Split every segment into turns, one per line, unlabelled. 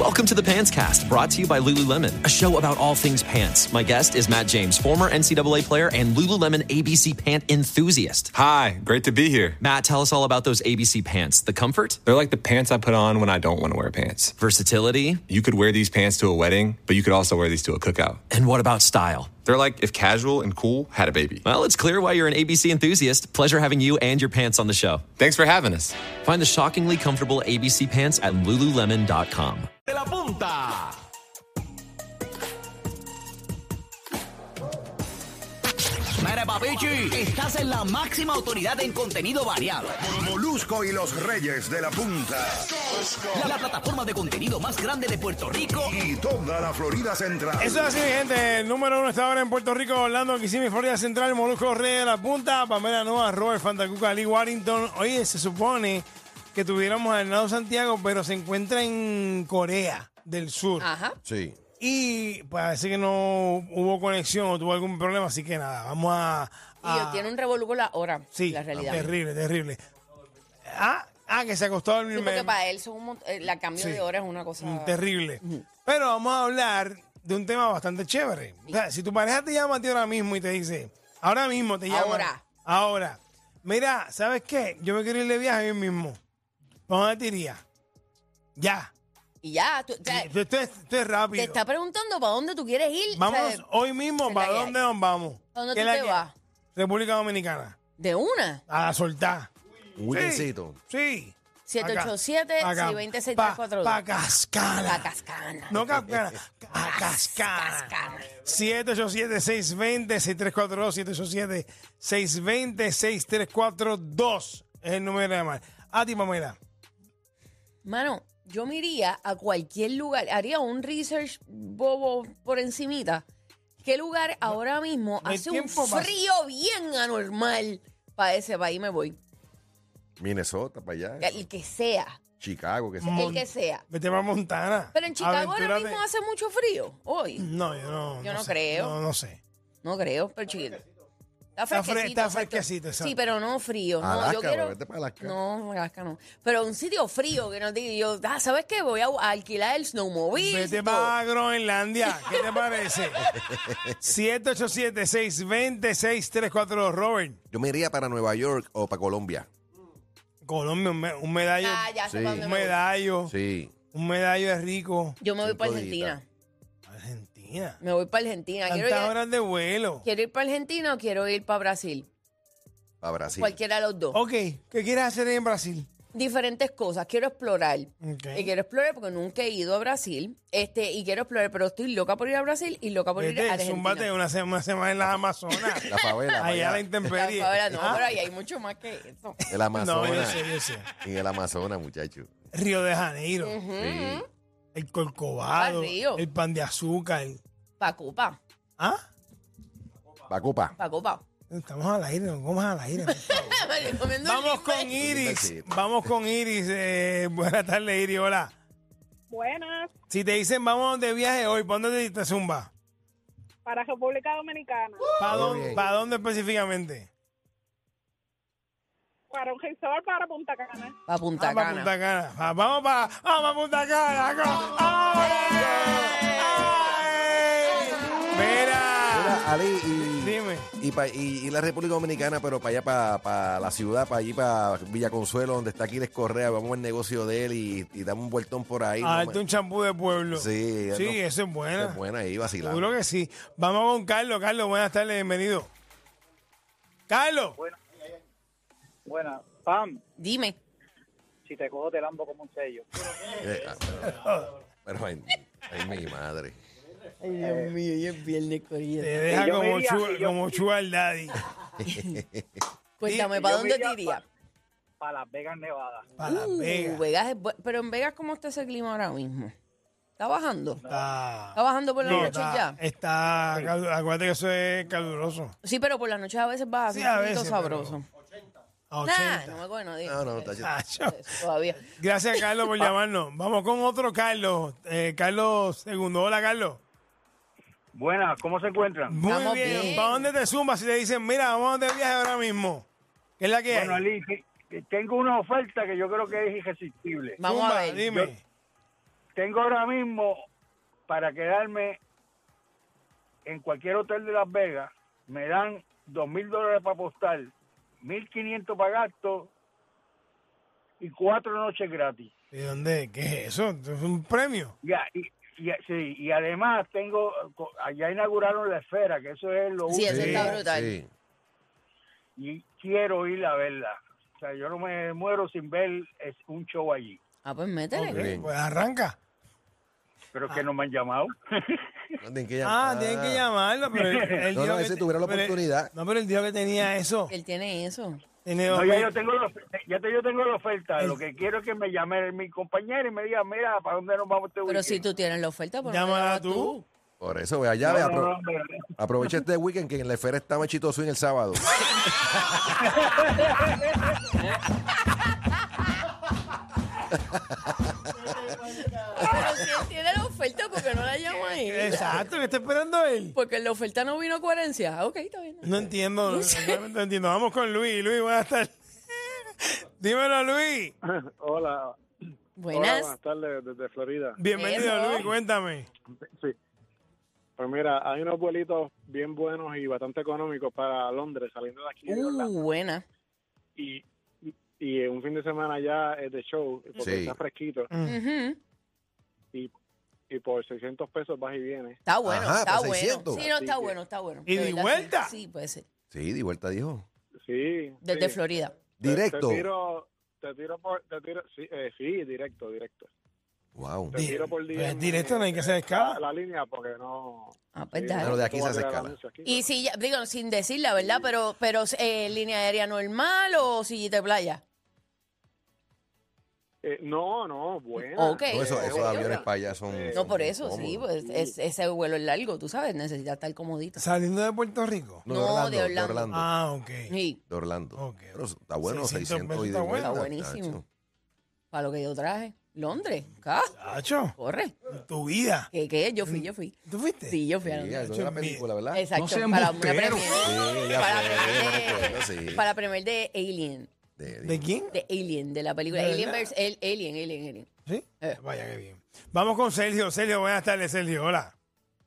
Welcome to the Pants Cast, brought to you by Lululemon, a show about all things pants. My guest is Matt James, former NCAA player and Lululemon ABC pant enthusiast.
Hi, great to be here.
Matt, tell us all about those ABC pants. The comfort,
They're like the pants I put on when I don't want to wear pants.
versatility,
You could wear these pants to a wedding, but you could also wear these to a cookout.
and what about style?
They're like if casual and cool had a baby.
Well, it's clear why you're an ABC enthusiast. Pleasure having you and your pants on the show.
Thanks for having us.
Find the shockingly comfortable ABC pants at lululemon.com.
Mira, papichi, estás en la máxima autoridad en contenido variado.
Molusco y los Reyes de la Punta
La, la plataforma de contenido más grande de Puerto Rico.
y toda la Florida Central.
Eso es así, mi gente. El Este, número uno está ahora en Puerto Rico, Orlando, Kissimmee, Florida Central, Molusco, Rey de la Punta, Pamela Nova, Robert Fantacuca, Lee Warrington. Oye, se supone que tuviéramos a Hernando Santiago, pero se encuentra en Corea del Sur.
Ajá.
Sí.
Y parece que no hubo conexión o tuvo algún problema, así que nada, vamos a...
Y
a-
tiene un revolú con la hora.
sí,
La realidad.
terrible, terrible. Ah, ah, que se acostó a dormir.
Sí, porque
me-
para él son un mont- eh, la cambio
Sí.
de hora es una cosa.
Mm, terrible. Pero vamos a hablar de un tema bastante chévere. O sea, si tu pareja te llama a ti ahora mismo y te dice, ahora mismo te llama.
Ahora.
Ahora. Mira, ¿sabes qué? Yo me quiero ir de viaje hoy mismo. ¿Para dónde te irías? Ya.
Y ya, tú, o sea,
Esto, esto es, esto es rápido.
te está preguntando para dónde tú quieres ir.
Vamos
o sea,
hoy mismo,
es la
¿para
que hay.
dónde nos vamos?
¿Dónde
¿Qué
tú
es la
te
que-
vas?
República Dominicana.
de una.
A la soltar.
Un weekendcito.
Sí. Acá. Acá.
787-620-6342.
Pa, pa Cascana.
La cascana.
No Cascana. Ca- Cascana.
Cascana.
787-620-6342, 787-620-6342 es el número de llamar. A ti, Pamela.
Mano, yo me iría a cualquier lugar, haría un research bobo por encimita. ¿Qué lugar ahora mismo
no hay
hace un
tiempo para-
frío bien anormal? Para ese país me voy.
Minnesota, para allá.
El que sea.
Chicago, que sea.
El que sea.
Vete para Montana.
Pero en Chicago ahora
Aventúrate.
mismo hace mucho frío. Hoy.
No, yo no.
Yo no
sé.
creo.
No, no sé.
No creo, pero chiquito. Está
fre-
fresquecito.
está
exacto.
fresquecito, exacto.
Sí, pero no frío. No,
Alaska,
yo quiero...
bro, vete para Alaska.
No, Alaska no. Pero un sitio frío que no diga yo, ah, ¿sabes qué? Voy a, a alquilar el snowmobile.
Vete
todo.
para Groenlandia. ¿Qué te parece? 787-620-6342, Robert.
Yo me iría para Nueva York o para Colombia.
Colombia, un, me- un medallo.
Ah, ya sé
Sí.
para dónde
Un
me voy.
medallo.
Sí.
Un medallo es rico.
Yo me voy para
Cinco
Argentina.
días.
Argentina.
Me voy para Argentina. Quiero ir,
Tantas horas de vuelo.
quiero ir para Argentina o quiero ir para Brasil.
Para Brasil.
Cualquiera de los dos.
Ok, ¿qué quieres hacer en Brasil?
Diferentes cosas. Quiero explorar.
Ok.
Y quiero explorar porque nunca he ido a Brasil. Este, y quiero explorar, pero estoy loca por ir a Brasil y loca por ir a
Vete,
Argentina.
zumbate una, se- una semana en las Amazonas.
La favela. para allá.
allá la
Pero
intemperie.
ahora no,
Ah,
pero ahí hay mucho más que eso.
El
no, yo
Amazonas.
sé, yo sé.
En el Amazonas, muchacho.
Río de Janeiro,
Sí.
el Corcovado,
Al río.
el pan de azúcar. el-
Pa' Copa,
¿Ah?
Pa' Copa.
pa' Copa.
Estamos al aire, no comas al aire. por favor.
Me recomiendo un
Vamos con
libro.
Iris. Vamos con Iris. eh, buenas tardes, Iris. Hola.
Buenas,
Si te dicen vamos de viaje hoy, ¿para dónde te- te zumba?
para República Dominicana,
¿Para
Muy
dónde,
bien.
¿Para dónde específicamente?
para un gestor, para Punta Cana.
Pa' Punta
Vamos
Cana.
a Ah, Punta Cana. Va- Vamos para vamos a Punta Cana. go. ¡Ay! ¡Ay! Mira,
Ali, y,
Dime.
Y, pa- y- y la República Dominicana, pero para allá, para, la ciudad, para allí, para Villa Consuelo, donde está Aquiles Correa, vamos al negocio de él y, y damos un vueltón por ahí.
a
no
darte
me-
un champú de pueblo.
Sí,
Sí,
no-
eso es buena.
es buena ahí, vacilando.
Seguro que sí. Vamos con Carlos. Carlos, buenas tardes, bienvenido. Carlos.
Buena, Pam.
Dime.
Si te cojo, te lambo como un sello.
Eh, ah, pero ay, ay, mi madre.
Ay,
Eh,
Dios mío, y es viernes corriendo.
Te deja como, chua, como chua el daddy.
Cuéntame,
Sí,
¿para
yo
dónde
me
te
iría
irías?
Para Las Vegas, Nevada.
Para Las
Uh, Vegas es bu- pero en Vegas, ¿cómo está ese clima ahora mismo? ¿Está bajando?
Está,
¿Está bajando por la
No,
noche
está,
ya?
está caldu- acuérdate que eso es caluroso.
Sí, pero por la noche a veces baja.
Sí,
así
a
un poquito
veces,
sabroso.
A
Nah,
80.
no me acuerdo, no digo.
Ah, No, no, está-
Eso Todavía.
Gracias, Carlos, por llamarnos. Vamos con otro Carlos. Eh, Carlos Segundo. Hola, Carlos.
Buenas, ¿cómo se encuentran?
Muy bien. ¿Para dónde te zumbas si te dicen, mira, vamos de viaje ahora mismo? ¿Qué es la que
Bueno,
hay?
Ali, que- que tengo una oferta que yo creo que es irresistible.
Vamos a Zumba, ver. dime.
Yo tengo ahora mismo para quedarme en cualquier hotel de Las Vegas, me dan dos mil dólares para apostar, 1.500 para gasto y cuatro noches gratis.
¿De dónde? ¿Qué es eso? ¿Es un premio?
Ya, y, y- sí, y además tengo, co- allá inauguraron la esfera, que eso es lo
Sí, eso
último.
está brutal.
Y quiero ir a verla. O sea, yo no me muero sin ver es un show allí.
Ah, pues métele.
Ok, pues arranca.
Pero es que no me han llamado.
Tienen que
Ah, tienen que llamarlo, pero él- él
No,
dijo
no,
que
ese
te-
tuviera la
pero él-
oportunidad.
No, pero el día que tenía eso.
Él tiene eso.
Tiene
No,
dos
ya
mil-
yo tengo la, oferta- ya te- yo tengo la oferta. Lo que quiero es que me llame mi compañero y me diga, mira, ¿para dónde nos vamos este
Pero si tú tienes la oferta, ¿por
Llámala
tú. tú?
Por eso, vea, ya,
No,
vea,
no,
apro-
no, no.
aprovecha este weekend que en la esfera está Machito Swing el sábado.
Pero si él tiene la oferta, ¿por qué no la llama a él?
Exacto, que está esperando él.
Porque la oferta no vino a coherencia. Ah, ok, está bien.
No entiendo, no, realmente no entiendo. Vamos con Luis. Luis, buenas tardes. Dímelo, Luis.
Hola. Hola,
Buenas. Eh,
buenas tardes desde Florida.
Bienvenido, Luis. Cuéntame.
Sí. Pues mira, hay unos vuelitos bien buenos y bastante económicos para Londres saliendo de aquí. de Orlando.
Uh, buena.
Y, y un fin de semana ya es de show porque
Sí.
está fresquito.
Ujú.
Y, y por 600 pesos vas y vienes.
Está bueno, está bueno. Sí, no, está bueno, está bueno.
¿Y
De
de
verdad,
vuelta?
Sí, sí, puede ser.
Sí, de vuelta dijo.
Sí.
Desde
sí.
Florida.
Te-
Directo.
Te tiro, te tiro por, te tiro, sí, eh, sí, directo, directo.
Wow.
Te tiro por
Pues
DM,
es directo, no hay que hacer escala.
La, la línea porque no...
Ah,
pues dale. Pero de aquí
no va a
se hace
tirar
escala.
anuncio aquí.
Y si, ya- digo, sin decir la verdad, pero, pero eh, línea aérea normal o sillita de playa.
Eh, no, no, bueno.
Ah, Ok. No, eso-
esos aviones para allá son-
Eh,
No, por eso, sí,
cómodo.
pues es- ese vuelo es largo, tú sabes, necesitas estar comodito.
¿Saliendo de Puerto Rico?
No, de Orlando,
de
de
Orlando.
Orlando.
Ah, ok.
Sí,
De Orlando. Pero está bueno,
600
600 y
pesos
de
está bueno.
vuelta.
está
tacho.
buenísimo. Para lo que yo traje. Londres, acá.
Chacho.
Corre.
Tu vida.
¿Qué, qué? Yo fui, yo fui.
¿Tú fuiste?
Sí, yo fui a
Sí,
Londres.
algo de la película, ¿verdad?
Exacto,
No sean
para una premiere.
busteros. Sí, ya
Para
fue,
premiere.
yo recuerdo, sí.
Para primer de Alien.
¿De quién?
De Alien, de la película.
¿De
Alien
verdad?
vs. el- Alien, Alien, Alien. Eh.
¿Sí? Vaya, qué bien. Vamos con Sergio. Sergio, buenas tardes, Sergio. Hola.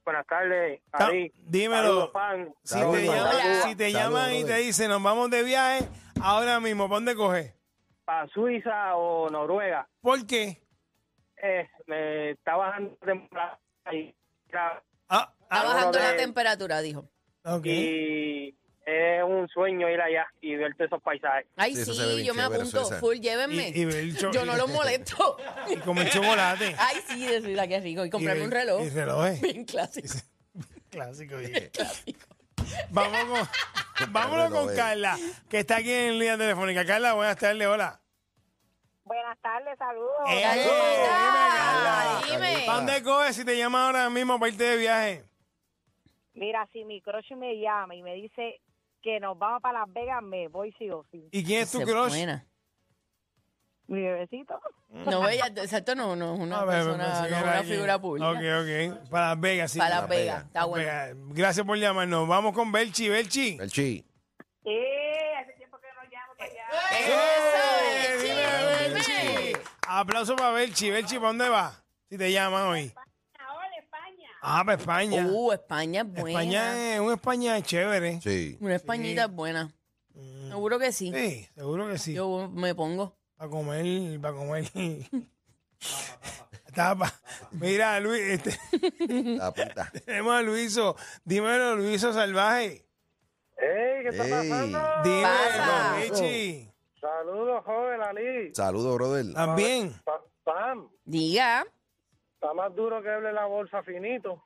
Buenas tardes,
Ta-
Ari.
Dímelo.
Saludos, pan.
Si te, llaman, si te llaman y te dicen, nos vamos de viaje ahora mismo, ¿para dónde coges?
Para Suiza o Noruega.
¿Por qué?
Eh, me está bajando la temporada y, ya,
Ah,
Está bajando
Uno de-
la temperatura, dijo.
y es un sueño ir allá y ver todos esos paisajes.
Ay, sí, yo me apunto. Full, llévenme.
Y- y ver el cho-
yo no los molesto.
Y comer chocolate.
Ay, sí, de verdad que rico. Y comprarme
Y-
un reloj.
y relojes.
Bien clásico.
Clásico, oye. Vamos con, vámonos
Carlos,
con
eh.
Carla, que está aquí en línea telefónica. Carla, buenas tardes, hola.
Buenas tardes, saludos.
Eh,
dime.
Eh.
¿Para dónde coges si te llaman ahora mismo para irte de viaje?
Mira, si mi crush me llama y me dice que nos vamos para Las Vegas, me voy sí o sí.
¿Y quién es tu
Esa es
crush?
buena.
Mi bebecito.
No, ella, exacto, no, no es una
Mm. A ver,
persona, no
pensé que
es
era
una
alguien.
figura pública.
Ok, ok. Para Las Vegas, sí.
Para Las Las Vegas, Vegas. está
Las
bueno.
Vegas. Gracias por llamarnos. Vamos con Belchi, Belchi.
Belchi.
¡Eh! Dime, Belchi. Aplauso para Belchi. Belchi, ¿para dónde va? Si te llaman hoy.
Ahora España.
Ah, para España.
Uh, España es buena.
España es, un España es chévere.
Sí.
Una españita es buena. Seguro que sí.
Mm. Sí, seguro que sí.
Yo me pongo.
Para comer, para comer. Tapa. Mira, Luis, este,
Tapita.
tenemos a Luiso. Dímelo, Luiso Salvaje.
¡Ey! ¿Qué está
Ey.
pasando?
Dímelo,
Pasa.
Michi.
Saludos, joven Ali.
Saludos, brother.
¿Estás bien?
Pa- Pam,
Diga.
está más duro que hable la bolsa finito.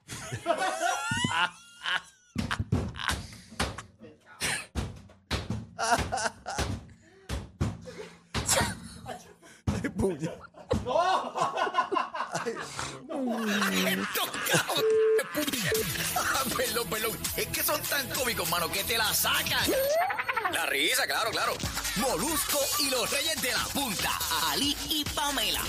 pelón, pelón. Es que son tan cómicos, mano, que te la sacan. La risa, claro, claro. Molusco y los reyes de la punta. Ali y Pamela.